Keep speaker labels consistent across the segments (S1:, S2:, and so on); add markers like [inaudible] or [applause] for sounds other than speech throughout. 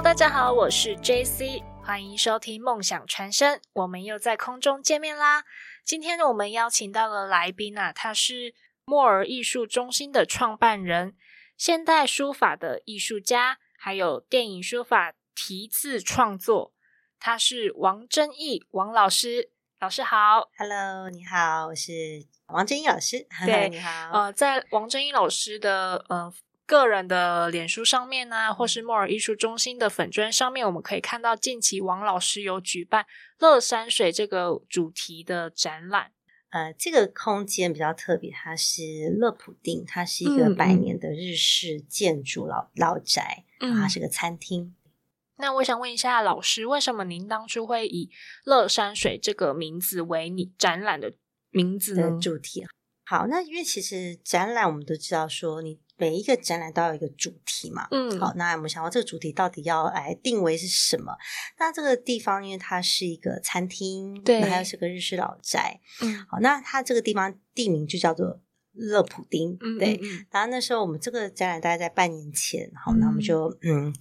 S1: 大家好，我是 JC，欢迎收听《梦想传声》，我们又在空中见面啦。今天我们邀请到了来宾啊，他是莫尔艺术中心的创办人，现代书法的艺术家，还有电影书法题字创作。他是王真义，王老师，老师好。
S2: Hello，你好，我是王真一老师。 [laughs]
S1: 对
S2: 你好。
S1: 呃，在王真一老师的呃个人的脸书上面呢、啊或
S2: 嗯
S1: 是莫尔艺术中心的粉砖上面，我们可以看到近期王老师有举办乐山水这个主题的展览。
S2: 呃，这个空间比较特别，它是乐普定，它是一
S1: 嗯
S2: 个
S1: 嗯
S2: 百年的日式建筑老、老宅，然
S1: 嗯
S2: 后它是个餐厅。
S1: 啊那我想问一下老师，为什么您当初会以乐山水这个名字为你展览的名字
S2: 的
S1: 呢？
S2: 主题。好，那因为其实展览我们都知道说，你每一个展览都要有一个主题嘛。
S1: 嗯
S2: 好，那我们想到这个主题到底要来定为是什么？那这个地方因为它是一个餐厅，
S1: 对
S2: 那还有是个日式老宅。 [laughs]
S1: 嗯
S2: 好，那它这个地方地名就叫做乐普丁，
S1: 嗯，
S2: 对。
S1: 嗯，
S2: 然后那时候我们这个展览大概在半年前，好，
S1: 嗯
S2: 那我们就嗯，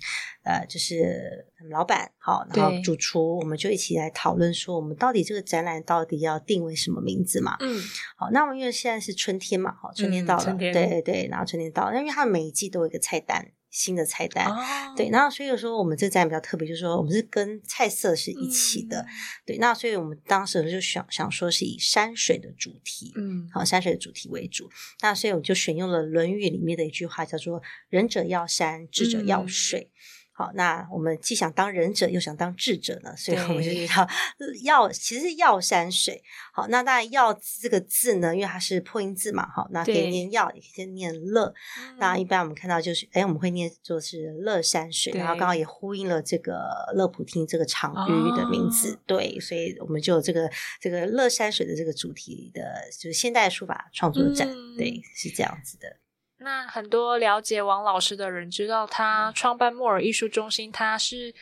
S2: 呃，就是嗯老板好，然
S1: 对
S2: 后主厨，我们就一起来讨论说，我们到底这个展览到底要定为什么名字嘛？ [laughs]
S1: 嗯，
S2: 好，那我们因为现在是春天嘛，好，春天到了，
S1: 春天
S2: 对对对，然后春天到了，那因为它每一季都有一个菜单，新的菜单。
S1: 哦
S2: 对，那所以说我们这站比较特别，就是说我们是跟菜色是一起
S1: 嗯
S2: 的，，对，那所以我们当时就想想说是以山水的主题，
S1: 嗯，
S2: 好山水的主题为主，那所以我就选用了《论语》里面的一句话，叫做“仁者要山，智者要
S1: 嗯
S2: 水”好，那我们既想当仁者，又想当智者呢，所以我们就
S1: 对
S2: 要要，其实要山水。好，那当然“要”这个字呢，因为它是破音字嘛，好，那可以
S1: 对
S2: 念“要”，也可以念“乐”。
S1: 嗯
S2: 那一般我们看到就是，哎，我们会念作是乐山水，然后
S1: 对
S2: 刚好也呼应了这个乐普汀这个场域的名字，
S1: 哦
S2: 对，所以我们就有这个这个乐山水的这个主题的，就是现代书法创作展，
S1: 嗯
S2: 对，是这样子的。
S1: 那很多了解王老师的人知道，他创办莫尔艺术中心，他是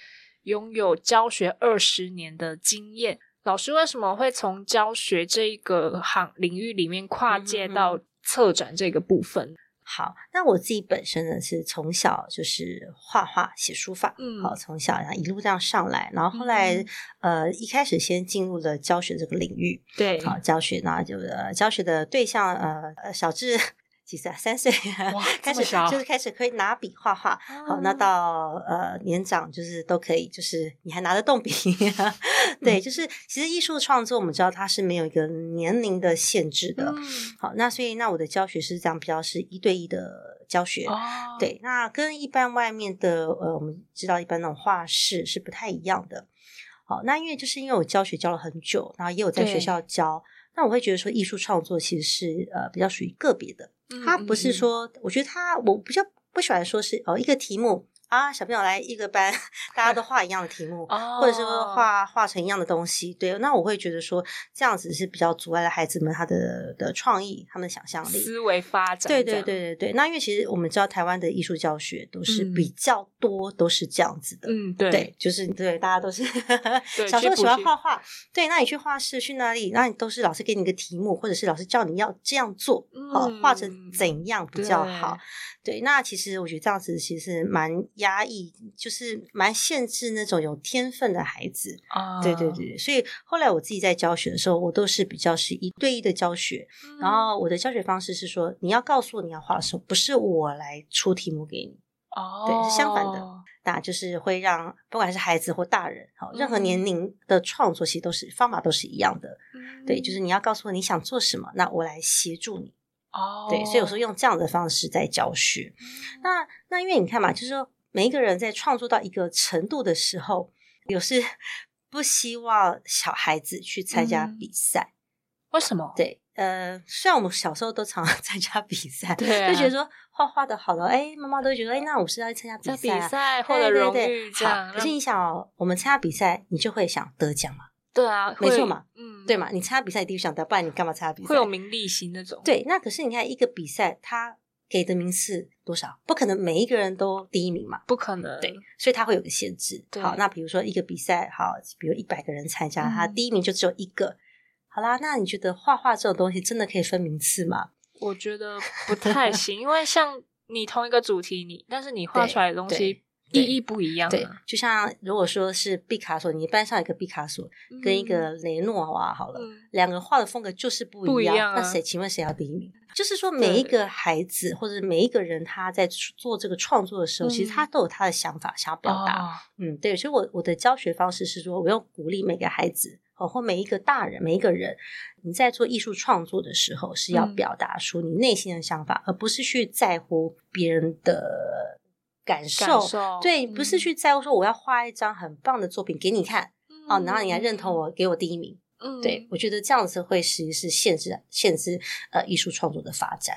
S1: 拥有教学二十年的经验。老师为什么会从教学这一个行领域里面跨界
S2: 嗯嗯嗯
S1: 到策展这个部分？
S2: 好，那我自己本身呢是从小就是画画、写书法，
S1: 嗯
S2: 好，从小然后一路这样上来，然后后来、
S1: 嗯
S2: 呃一开始先进入了教学这个领域，
S1: 对
S2: 好教学，然后就呃教学的对象呃呃小至几岁啊？三岁，
S1: 哇
S2: [laughs] 开
S1: 这么
S2: 始
S1: 小哦
S2: 就是开始可以拿笔画画。好，那到呃年长就是都可以，就是你还拿得动笔。 [laughs]
S1: 嗯
S2: 对，就是其实艺术创作我们知道它是没有一个年龄的限制的。
S1: 嗯
S2: 好，那所以那我的教学是这样，比较是一对一的教学。
S1: 哦，
S2: 对，那跟一般外面的呃，我们知道一般那种画室是不太一样的。好，那因为就是因为我教学教了很久，然后也有在
S1: 对
S2: 学校教，那我会觉得说艺术创作其实是呃比较属于个别的，
S1: 嗯，
S2: 它不是
S1: 嗯
S2: 说，我觉得它我比较不喜欢说是哦一个题目啊，小朋友来一个班， [laughs] 大家都画一样的题目。
S1: 哦，
S2: 或者是说画画成一样的东西，对，那我会觉得说这样子是比较阻碍了孩子们他的的创意、他们的想象力。
S1: 思维发展，
S2: 对对，对对对，那因为其实我们知道台湾的艺术教学都是
S1: 嗯
S2: 比较多，都是这样子的。
S1: 嗯，对
S2: 对，就是对，大家都是
S1: 对
S2: [laughs] 小时候
S1: 去
S2: 喜欢
S1: 补习
S2: 画画，对，那你去画室去那里，那你都是老师给你一个题目，或者是老师叫你要这样做，好、
S1: 嗯
S2: 画成怎样比较好？对，那其实我觉得这样子其实蛮压抑，就是蛮限制那种有天分的孩子。
S1: 啊，
S2: 对对对，所以后来我自己在教学的时候，我都是比较是一对一的教学，
S1: 嗯，
S2: 然后我的教学方式是说，你要告诉我你要画什么，不是我来出题目给你。
S1: 哦，
S2: 对是相反的那就是会让不管是孩子或大人，好，任何年龄的创作其实都是方法都是一样的。
S1: 嗯，
S2: 对，就是你要告诉我你想做什么，那我来协助你。
S1: 哦，嗯
S2: 对，所以有时候用这样的方式在教学。那那因为你看嘛，就是说每一个人在创作到一个程度的时 [laughs] 候，有是不希望小孩子去参加
S1: 嗯
S2: 比赛。
S1: 为什么？
S2: 对，呃，虽然我们小时候都常 [laughs] 常参加比赛，
S1: 对啊
S2: 就觉得说画画的好了，哎，妈妈都会觉得，哎，那我是要去参加
S1: 在
S2: 比
S1: 比
S2: 赛、啊。
S1: 赛获
S2: 对
S1: 得
S2: 对
S1: 荣
S2: 对
S1: 誉，这样
S2: 好，可是你想哦，我们参加比赛，你就会想得奖嘛，
S1: 对啊，
S2: 没
S1: 会
S2: 错嘛，
S1: 嗯，
S2: 对嘛？你参加比赛一定想得，不然你干嘛参加比赛？
S1: 会有名利心那种，，
S2: 对，那可是你看一个比赛，它给的名次多少？不可能每一个人都第一名嘛。
S1: 不可能，
S2: 对，所以它会有个限制。
S1: 对
S2: 好，那比如说一个比赛，好，比如一百个人参加，他
S1: 嗯
S2: 第一名就只有一个。好啦，那你觉得画画这种东西真的可以分名次吗？ [laughs]
S1: 我觉得不太行，因为像你同一个主题，你但是你画
S2: 对
S1: 出来的东西
S2: 对
S1: 意
S2: 对
S1: 义不一样、啊。
S2: 对，就像如果说是毕卡索，你班上有一个毕卡索
S1: 嗯
S2: 跟一个雷诺瓦好了，
S1: 嗯
S2: 两个画的风格就是不
S1: 不一
S2: 一样。
S1: 样啊
S2: 那谁？请问谁要第一名？就是说，每一个孩子或者每一个人，他在做这个创作的时
S1: 嗯
S2: 候，其实他都有他的想法想要表达。
S1: 哦
S2: 嗯，对。所以我我的教学方式是说，我要鼓励每个孩子。哦，或每一个大人，每一个人，你在做艺术创作的时候，是要
S1: 嗯
S2: 表达出你内心的想法，而不是去在乎别人的感受。
S1: 感受嗯
S2: 对，不是去在乎说我要画一张很棒的作品给你看、哦，然后
S1: 嗯
S2: 你还认同，我，给我第一名。
S1: 嗯嗯
S2: 对，我觉得这样子会其实是限制限制呃艺术创作的发展。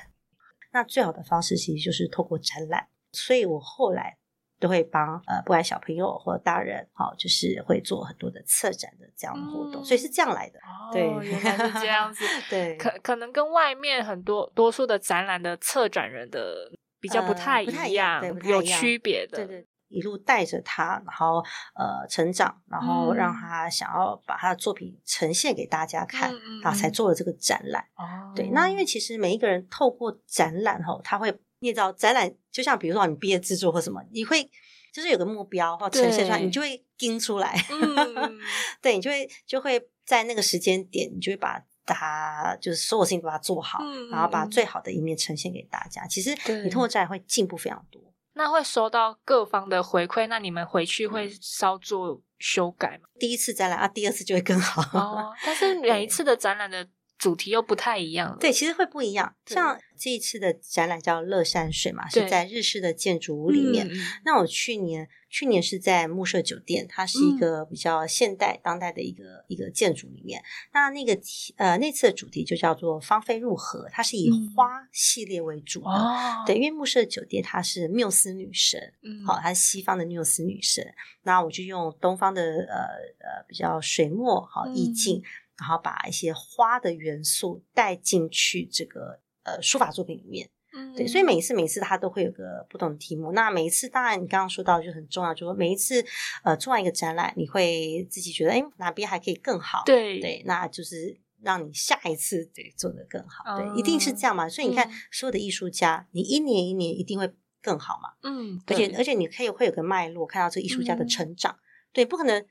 S2: 那最好的方式其实就是透过展览，所以我后来都会帮呃不管小朋友或大人，好、就是会做很多的策展的这样的活动，所以是这样来的。
S1: 哦，
S2: 对
S1: 原来是这样子。
S2: [laughs] 对，
S1: 可可能跟外面很多多数的展览的策展人的比较不
S2: 呃
S1: 太
S2: 不太一
S1: 样，
S2: 样对不太
S1: 有
S2: 一样
S1: 区别的。
S2: 对对，一路带着他，然后呃成长，然后让他想要把他的作品呈现给大家看，
S1: 嗯嗯
S2: 然后才
S1: 嗯
S2: 做了这个展览。
S1: 哦，
S2: 对，那因为其实每一个人透过展览吼，他会你也知道，展览就像比如说你毕业制作或什么，你会就是有个目标或呈现出来，
S1: 对
S2: 你就会盯出来，
S1: 嗯，
S2: [laughs] 对你就会就会在那个时间点，你就会把它就是所有事情把它做好，
S1: 嗯
S2: 然后把
S1: 嗯嗯
S2: 最好的一面呈现给大家。其实
S1: 对
S2: 你透过展览会进步非常多。
S1: 那会收到各方的回馈，那你们回去
S2: 嗯
S1: 会稍作修改吗？
S2: 第一次展览啊，第二次就会更好。
S1: [laughs] 哦，但是每一次的展览的主题又不太一样了。
S2: [laughs] 对，其实会不一样。
S1: 对
S2: 像这一次的展览叫乐山水嘛，
S1: 对
S2: 是在日式的建筑
S1: 嗯，
S2: 物里面。
S1: 嗯
S2: 那我去年去年是在木舍酒店，它是
S1: 嗯
S2: 一个比较现代当代的一个一个建筑里面。那那个题呃那次的主题就叫做“芳菲入河”，它是以
S1: 嗯
S2: 花系列为主的。
S1: 哦，
S2: 嗯对，因为木舍酒店它是缪斯女神，
S1: 嗯，
S2: 好、她是西方的缪斯女神。那我就用东方的呃呃比较水墨好
S1: 嗯
S2: 意境，然后把一些花的元素带进去这个呃书法作品里面。
S1: 嗯，
S2: 对，所以每一次每一次它都会有个不同的题目。那每一次当然你刚刚说到就很重要，就说每一次呃做完一个展览，你会自己觉得哎哪边还可以更好，
S1: 对，
S2: 那就是让你下一次对做得更好，
S1: 嗯
S2: 对，一定是这样嘛。所以你看、
S1: 嗯
S2: 所有的艺术家，你一年一年一定会更好嘛，
S1: 嗯，
S2: 而且
S1: 对
S2: 而且你可以会有个脉络，看到这个艺术家的
S1: 嗯
S2: 成长，对，不可能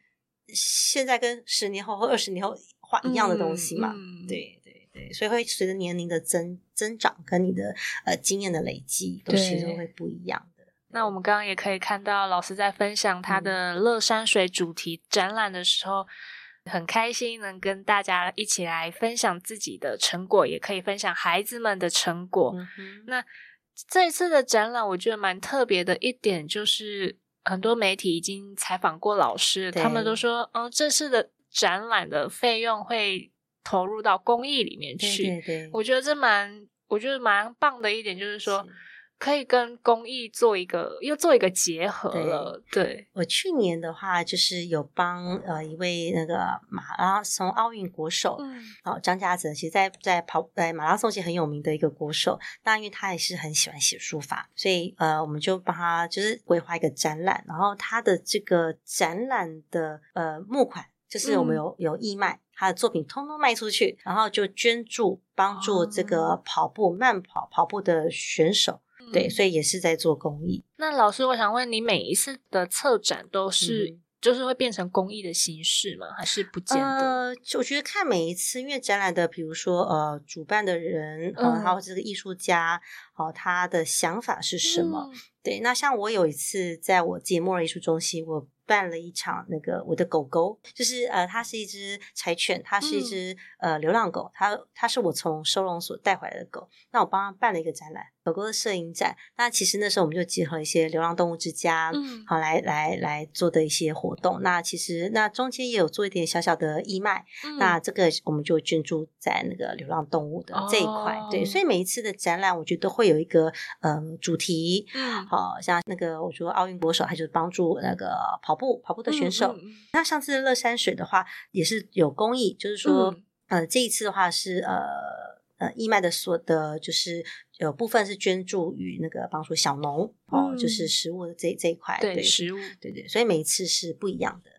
S2: 现在跟十年后或二十年后画一样的东西嘛，
S1: 嗯嗯
S2: 对对对，所以会随着年龄的增增长跟你的呃经验的累积，都是
S1: 对
S2: 都会不一样的。
S1: 那我们刚刚也可以看到，老师在分享
S2: 嗯
S1: 他的乐山水主题展览的时候，很开心能跟大家一起来分享自己的成果，也可以分享孩子们的成果。
S2: 嗯哼
S1: 那这一次的展览，我觉得蛮特别的一点就是，很多媒体已经采访过老师，
S2: 对
S1: 他们都说，嗯，这次的展览的费用会投入到公益里面
S2: 对
S1: 去。
S2: 对对，
S1: 我觉得这蛮，我觉得蛮棒的一点就是说
S2: 是。
S1: 可以跟公益做一个又做一个结合了，对，
S2: 我去年的话就是有帮呃一位那个马拉松奥运国手，
S1: 嗯，
S2: 哦，张家泽其实在，在跑在马拉松界很有名的一个国手。那因为他也是很喜欢写书法，所以呃，我们就帮他就是规划一个展览。然后他的这个展览的呃募款，就是我们有、有义卖，他的作品通通卖出去，然后就捐助帮助这个跑步、慢跑跑步的选手。对，所
S1: 以
S2: 以也是在做公益。
S1: 嗯那老师，我想问你，每一次的策展都是、
S2: 嗯
S1: 就是会变成公益的形式吗？还是不见得？
S2: 呃，就我觉得看每一次，因为展览的，比如说呃，主办的人，呃，
S1: 嗯
S2: 还有这个艺术家，哦、他的想法是什么？
S1: 嗯？
S2: 对，那像我有一次在我自己末日艺术中心，我办了一场那个我的狗狗，就是呃，它是一只柴犬，它
S1: 嗯
S2: 是一只、呃流浪狗，它它是我从收容所带回来的狗。那我帮它办了一个展览，狗狗的摄影展。那其实那时候我们就结合一些流浪动物之家。
S1: 嗯，
S2: 好，来来来做的一些活动。那其实那中间也有做一点小小的义卖，
S1: 嗯
S2: 那这个我们就捐助在那个流浪动物的这一块。
S1: 哦
S2: 对，所以每一次的展览，我觉得都会有一个嗯主题，
S1: 嗯，
S2: 好、像那个我说奥运国手，他就是帮助那个跑步跑步的选手。
S1: 嗯嗯
S2: 那上次乐山水的话，也是有公益，就是说，
S1: 嗯
S2: 呃，这一次的话是呃呃义卖的所得，就是有部分是捐助于那个帮助小农哦，
S1: 嗯
S2: 就是食物的这这一块，
S1: 对
S2: 对
S1: 食物，
S2: 对对，所以每一次是不一样的。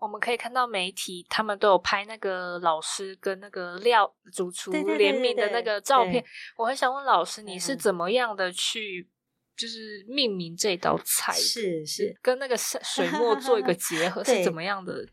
S1: 我们可以看到媒体他们都有拍那个老师跟那个廖主厨
S2: 对对对
S1: 联名的
S2: 对
S1: 那
S2: 对
S1: 个照片
S2: 对。
S1: 我很想问老师，
S2: 嗯
S1: 你是怎么样的去就是命名这道菜，
S2: 是是，
S1: 跟那个水
S2: [laughs]
S1: 水墨做一个结合，
S2: 对
S1: 是怎么样的？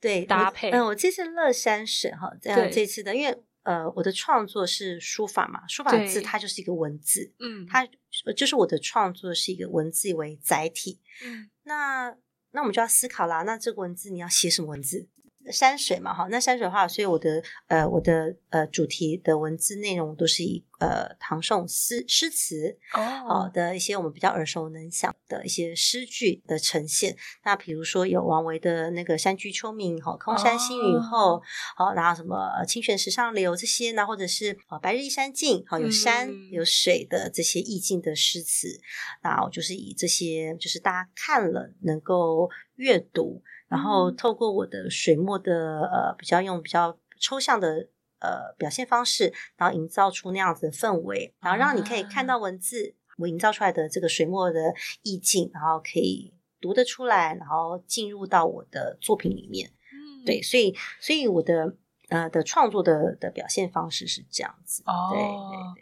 S2: 对
S1: 搭
S2: 我
S1: 配
S2: 嗯，我这次乐山省哈，这
S1: 对
S2: 样这次的，因为呃，我的创作是书法嘛，书法的字
S1: 对
S2: 它就是一个文字，
S1: 嗯，
S2: 它呃就是我的创作是一个文字为载体。
S1: 嗯
S2: 那那我们就要思考啦，那这个文字你要写什么文字？山水嘛，哈，那山水画，所以我的呃我的呃主题的文字内容都是以呃唐宋诗诗词哦
S1: 哦，
S2: 的一些我们比较耳熟能详的一些诗句的呈现。那比如说有王维的那个《山居秋暝》哈，《空山新雨
S1: 哦
S2: 后》好、然后什么呃《清泉石上流》这些，那或者是哦《白日依山尽》好、有山、
S1: 嗯
S2: 有水的这些意境的诗词。那我就是以这些，就是大家看了能够阅读，然后
S1: 嗯
S2: 透过我的水墨的呃比较用比较抽象的。呃，表现方式，然后营造出那样子的氛围，然后让你可以看
S1: 啊
S2: 到文字，我营造出来的这个水墨的意境，然后可以读得出来，然后进入到我的作品里面。
S1: 嗯
S2: 对，所以所以我的呃的创作的的表现方式是这样子。
S1: 哦
S2: 对对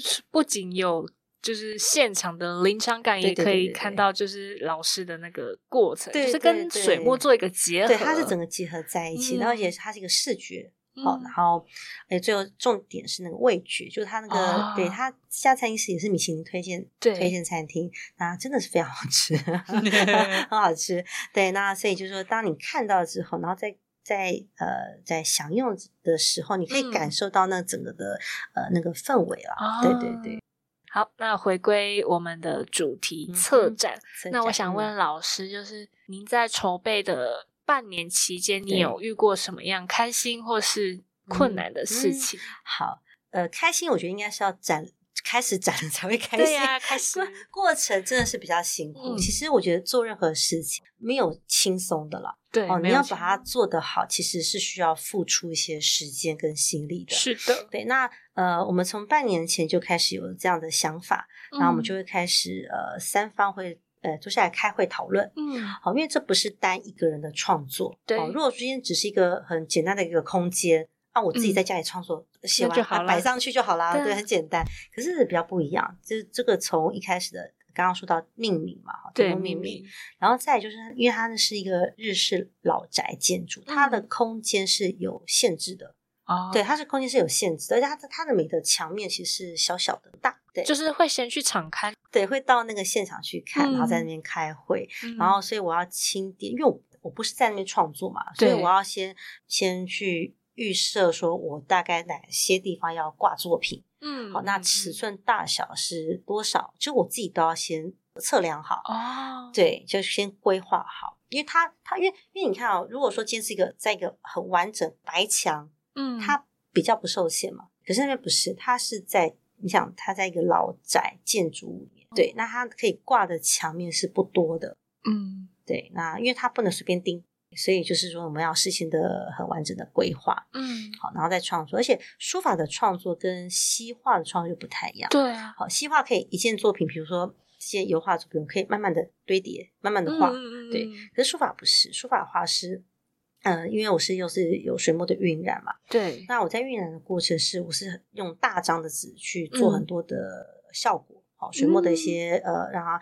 S1: 就是不仅有就是现场的临场感，
S2: 对
S1: 也
S2: 对对
S1: 可以
S2: 对对
S1: 看到就是老师的那个过程，
S2: 对
S1: 就是
S2: 对
S1: 跟
S2: 对
S1: 水墨做一个结合。
S2: 对，它是整个结合在一起，
S1: 嗯
S2: 然后也是它是一个视觉。好，
S1: 嗯
S2: 然后，哎，最后重点是那个味觉，就是它那个，
S1: 啊
S2: 对它这家餐厅是也是米其林推荐
S1: 对
S2: 推荐餐厅，那真的是非常好吃，
S1: [laughs]
S2: 很好吃。对，那所以就是说，当你看到之后，然后再在呃在享用的时候，你可以
S1: 嗯
S2: 感受到那整个的、呃那个氛围啦。
S1: 啊
S2: 对对对。
S1: 好，那回归我们的主题
S2: 嗯
S1: 策展，
S2: 所以嗯
S1: 那
S2: 这
S1: 我
S2: 样
S1: 想问，老师，就是您在筹备的半年期间，你
S2: 对
S1: 有遇过什么样开心或是困难的事
S2: 嗯
S1: 情？
S2: 好，呃，开心，我觉得应该是要展开始展了才会开心。
S1: 对呀、开始
S2: 过过程真的是比较辛苦。
S1: 嗯
S2: 其实我觉得做任何事情没有轻松的啦。
S1: 对，
S2: 哦，
S1: 没有
S2: 你要
S1: 钱
S2: 把它做得好，其实是需要付出一些时间跟心力的。
S1: 是的，
S2: 对，那呃，我们从半年前就开始有这样的想法，然后我们
S1: 嗯
S2: 就会开始呃，三方会呃坐下来开会讨论。
S1: 嗯嗯
S2: 好，因为这不是单一个人的创作。
S1: 对
S2: 哦如果今天只是一个很简单的一个空间，那、我自己
S1: 嗯
S2: 在家里创作，写
S1: 那
S2: 完
S1: 就好
S2: 啊
S1: 了
S2: 摆上去就好啦，
S1: 对啊
S2: 对，很简单。可是比较不一样，就是这个从一开始的刚刚说到命名嘛，哈
S1: 对
S2: 题目
S1: 秘
S2: 命
S1: 密
S2: 名，然后再来就是因为它那是一个日式老宅建筑，它的空间是有限制的，
S1: 嗯哦，
S2: 对，它是空间是有限制的，而且它的它的每个墙面其实是小小的大，对，
S1: 就是会先去敞开，
S2: 对，会到那个现场去看，然后在
S1: 嗯
S2: 那边开会，
S1: 嗯
S2: 然后所以我要清点，因为我我不是在那边创作嘛，所以
S1: 对
S2: 我要先先去预设说我大概哪些地方要挂作品，
S1: 嗯，
S2: 好，那
S1: 嗯
S2: 尺寸大小是多少，就我自己都要先测量好，
S1: 哦，
S2: 对，就先规划好，因为它它因为因为你看哦，如果说今天是一个在一个很完整白墙，
S1: 嗯，
S2: 它比较不受限嘛，可是那边不是，它是在。你想，它在一个老宅建筑物里面，对，那它可以挂的墙面是不多的，
S1: 嗯
S2: 对，那因为它不能随便定，所以就是说我们要事先的很完整的规划
S1: 嗯，
S2: 好，然后再创作。而且书法的创作跟西画的创作就不太一样。
S1: 对啊，
S2: 好，西画可以一件作品，比如说这件油画作品，我可以慢慢的堆叠，慢慢的画。
S1: 嗯
S2: 对
S1: 嗯嗯
S2: 可是书法不是，书法的画是。嗯，因为我是又是有水墨的晕染嘛，
S1: 对，
S2: 那我在晕染的过程是，我是用大张的纸去做
S1: 嗯
S2: 很多的效果，好、水墨的一些、呃，让它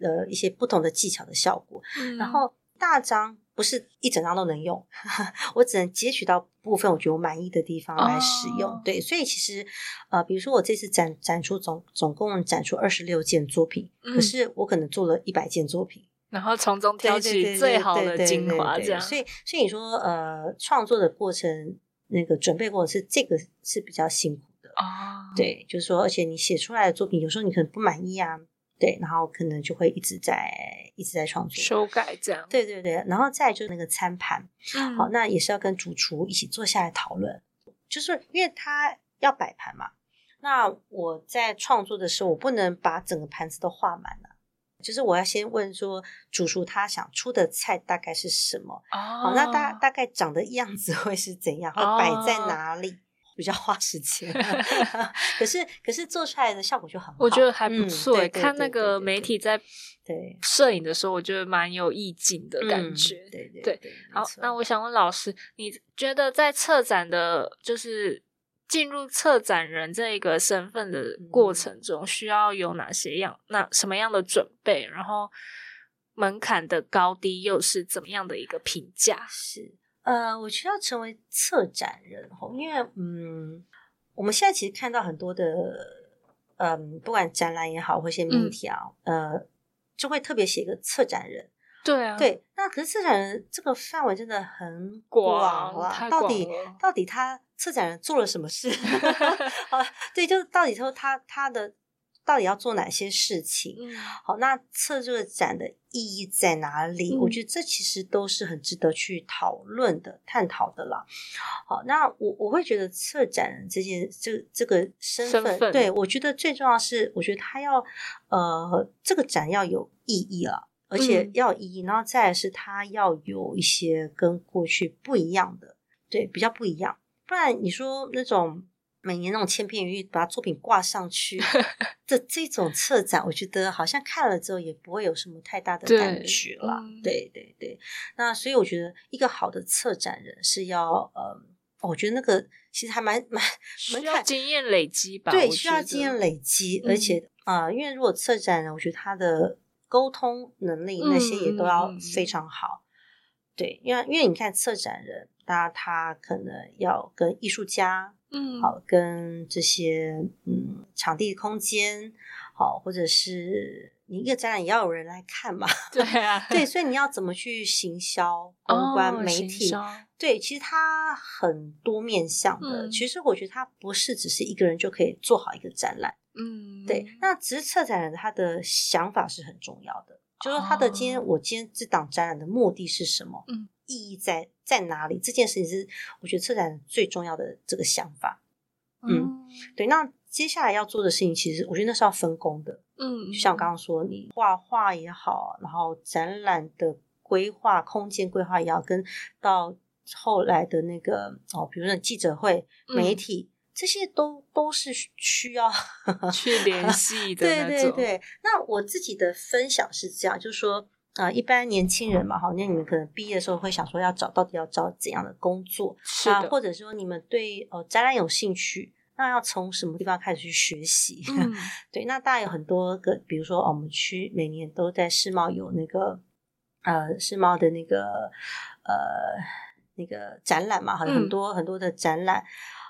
S2: 呃一些不同的技巧的效果。然
S1: 嗯
S2: 后大张不是一整张都能用， [laughs] 我只能截取到部分我觉得我满意的地方来使用。
S1: 哦
S2: 对，所以其实呃，比如说我这次展展出总总共展出二十六件作品，
S1: 嗯
S2: 可是我可能做了一百件作品，
S1: 然后从中
S2: 对
S1: 挑
S2: 对
S1: 取
S2: 对
S1: 最
S2: 对
S1: 好
S2: 对
S1: 的
S2: 对
S1: 精
S2: 对
S1: 华，
S2: 对
S1: 这样，
S2: 所以所以你说呃，创作的过程那个准备过程是这个是比较辛苦的。
S1: 哦，
S2: 对，就是说，而且你写出来的作品，有时候你可能不满意啊，对，然后可能就会一直在一直在创作，
S1: 修改这样，
S2: 对对对，然后再来就是那个餐盘，
S1: 嗯
S2: 好，那也是要跟主厨一起坐下来讨论，就是因为他要摆盘嘛。那我在创作的时候，我不能把整个盘子都画满了、就是我要先问说主厨他想出的菜大概是什么，
S1: 哦，
S2: 好、
S1: 哦
S2: 那大大概长的样子会是怎样，会摆在哪里，比较花时间。啊
S1: [laughs]
S2: 可是可是做出来的效果就很好，
S1: 我觉得还不
S2: 嗯
S1: 错
S2: 对
S1: 诶，
S2: 对
S1: 看
S2: 对
S1: 那
S2: 对
S1: 个
S2: 对
S1: 媒
S2: 对
S1: 体在
S2: 对
S1: 摄影的时候，我觉得蛮有意境的感
S2: 嗯
S1: 觉。
S2: 对对
S1: 对
S2: 对，没
S1: 好，
S2: 错
S1: 那我想问老师，你觉得在策展的，就是进入策展人这个身份的过程中，需要有哪些样、那什么样的准备？然后门槛的高低又是怎么样的一个评价？
S2: 是，呃，我需要成为策展人吼，因为嗯，我们现在其实看到很多的，嗯，不管展览也好，或一些
S1: 嗯
S2: 媒体啊，呃，就会特别写一个策展人。
S1: 对啊，
S2: 对，那可是策展人这个范围真的很
S1: 广
S2: 啊，
S1: 太
S2: 到
S1: 广
S2: 底
S1: 了
S2: 到底他策展人做了什
S1: [laughs]
S2: 么事？好了，对，就是到底说他他的到底要做哪些事情？
S1: 嗯，
S2: 好，那策这个展的意义在哪里？
S1: 嗯
S2: 我觉得这其实都是很值得去讨论的、探讨的啦。好，那我我会觉得策展人这件这这个身份，
S1: 身份
S2: 对我觉得最重要是，我觉得他要呃这个展要有意义了。而且
S1: 嗯
S2: 要有意义，然后再来是它要有一些跟过去不一样的，对，比较不一样。不然你说那种每年那种千篇一律把作品挂
S1: [laughs]
S2: 上去的这种策展，我觉得好像看了之后也不会有什么太大的
S1: 对
S2: 感觉啦。
S1: 嗯
S2: 对对对，那所以我觉得一个好的策展人是要呃。我觉得那个其实还蛮蛮
S1: 需
S2: 门
S1: 要
S2: 槛
S1: 经验累积吧？
S2: 对，
S1: 我
S2: 需
S1: 觉
S2: 要
S1: 得
S2: 经验累积，
S1: 嗯
S2: 而且呃，因为如果策展人，我觉得他的沟通能力
S1: 嗯
S2: 那些也都要
S1: 嗯嗯
S2: 非常好。对，因为因为你看策展人，那他可能要跟艺术家，
S1: 嗯，
S2: 好，跟这些嗯场地空间，好，或者是你一个展览也要有人来看嘛， [laughs]
S1: 对啊， [laughs]
S2: 对，所以你要怎么去行销、公关、
S1: 哦
S2: 媒
S1: 行
S2: 体，
S1: 销
S2: 对，其实它很多面向的。
S1: 嗯
S2: 其实我觉得它不是只是一个人就可以做好一个展览。
S1: 嗯，
S2: 对，那只是策展人他的想法是很重要的，就是说他的今天、
S1: 哦
S2: 我今天这档展览的目的是什么，
S1: 嗯，
S2: 意义在在哪里？这件事情是我觉得策展人最重要的这个想法。嗯对，那接下来要做的事情，其实我觉得那是要分工的。
S1: 嗯，
S2: 就像我刚刚说，你画画也好，然后展览的规划、空间规划也好，跟到后来的那个哦，比如说记者会、
S1: 嗯
S2: 媒体、这些都都是需需
S1: [laughs]
S2: 要
S1: 去
S2: [laughs]
S1: 联系的
S2: 对
S1: 那
S2: 对
S1: 种，
S2: 对。那我自己的分享是这样，就是说。啊、一般年轻人嘛，哈，那你们可能毕业的时候会想说要找到底要找怎样的工作，
S1: 是
S2: 那
S1: 的，
S2: 啊或者说你们对呃展览有兴趣，那要从什么地方开始去学习？
S1: 嗯，
S2: 对，那大家有很多个，比如说、哦我们去每年都在世贸有那个呃世贸的那个呃那个展览嘛，很
S1: 嗯
S2: 很多、很多的展览，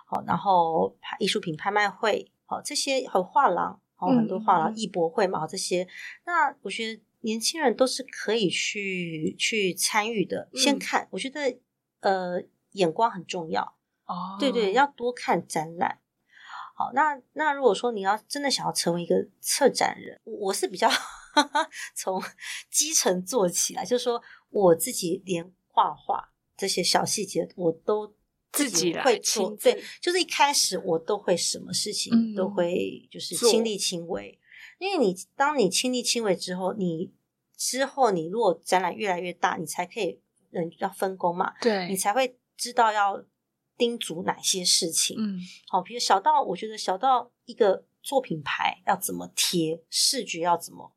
S2: 好、然后拍艺术品拍卖会，好、这些还有画廊，好、很多
S1: 嗯
S2: 画
S1: 嗯
S2: 廊
S1: 嗯
S2: 艺博会嘛、好这些，那我觉得年轻人都是可以去去参与的，
S1: 嗯
S2: 先看，我觉得呃眼光很重要，
S1: 哦，
S2: 对对，要多看展览。好，那那如果说你要真的想要成为一个策展人，我我是比较 [laughs] 从基层做起来，就是说我自己连画画这些小细节我都
S1: 自己来
S2: 会
S1: 亲
S2: 做，
S1: 自
S2: 对，就是一开始我都会什么事情、
S1: 嗯
S2: 都会就是
S1: 做
S2: 亲力亲为，因为你当你亲力亲为之后，你之后你如果展览越来越大，你才可以人要分工嘛，
S1: 对，
S2: 你才会知道要叮嘱哪些事情。
S1: 嗯
S2: 好、比如小到我觉得小到一个作品牌要怎么贴，视觉要怎么，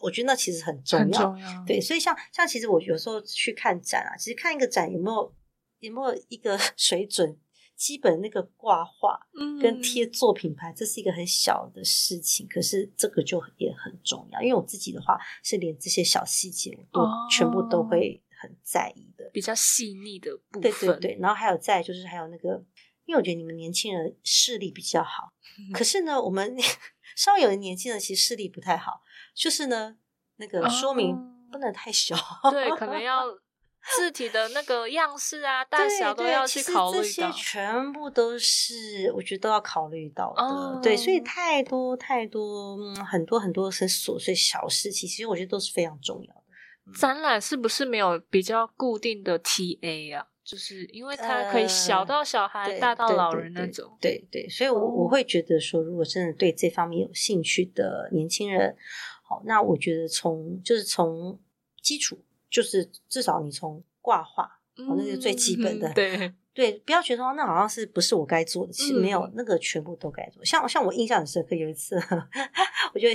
S2: 我觉得那其实很重
S1: 很
S2: 要。
S1: 重要，
S2: 对，所以像像其实我有时候去看展啊，其实看一个展有没有有没有一个 [laughs] 水准，基本那个挂画
S1: 嗯，
S2: 跟贴作品牌，这是一个很小的事情，可是这个就也很重要。因为我自己的话是连这些小细节我都、
S1: 哦
S2: 全部都会很在意的。
S1: 比较细腻的部分，
S2: 对对对，然后还有再就是还有那个，因为我觉得你们年轻人视力比较
S1: [laughs]
S2: 好，可是呢，我们稍微有的年轻人其实视力不太好，就是呢，那个说
S1: 哦
S2: 明不能太小，
S1: 对，可
S2: [laughs]
S1: 能要字体的那个样式啊、 [laughs] 大
S2: 对
S1: 小都
S2: 对
S1: 要
S2: 其
S1: 去
S2: 实
S1: 考虑
S2: 这些
S1: 到，
S2: 全部都是我觉得都要考虑到的。
S1: 哦
S2: 对，所以太多太多、嗯很多很多很琐碎小事情，其实我觉得都是非常重要的。
S1: 展览是不是没有比较固定的 TA 啊？就是因为它可以小
S2: 呃
S1: 到小孩，
S2: 对
S1: 大到
S2: 对
S1: 老
S2: 对
S1: 人那
S2: 对
S1: 种。
S2: 对对，所以我，我
S1: 哦
S2: 会觉得说，如果真的对这方面有兴趣的年轻人，好，那我觉得从就是从基础，就是至少你从挂画，哦那是最基本的
S1: 嗯对，
S2: 对，不要觉得哦，那好像是不是我该做的，其实没有，
S1: 嗯
S2: 那个全部都该做。像像我印象很深刻，有一次， [laughs] 我就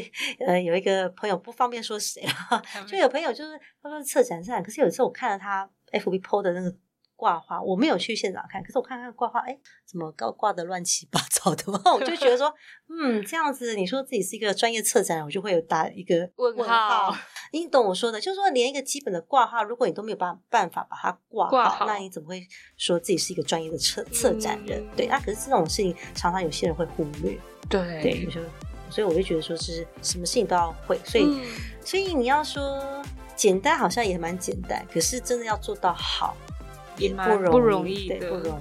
S2: 呃有一个朋友不方便说谁了，就有朋友就是他说策展展，可是有一次我看了他 FB PO 的那个挂画，我没有去现场看，可是我看看挂画，哎，怎么挂挂的乱七八糟的嘛？ [laughs] 我就觉得说，嗯，这样子，你说自己是一个专业策展人，我就会有打一个
S1: 问
S2: 号。
S1: 号
S2: 你懂我说的，就是说，连一个基本的挂画，如果你都没有办办法把它挂好，
S1: 挂好嗯
S2: 那你怎么会说自己是一个专业的策策展人？对，啊那可是这种事情，常常有些人会忽略。
S1: 对
S2: 对，有些人，所以我就觉得说，就是什么事情都要会，所以。
S1: 嗯
S2: 所以你要说简单，好像也蛮简单，可是真的要做到好，
S1: 也
S2: 也
S1: 蛮
S2: 不容
S1: 不容易
S2: 对，
S1: 的
S2: 不容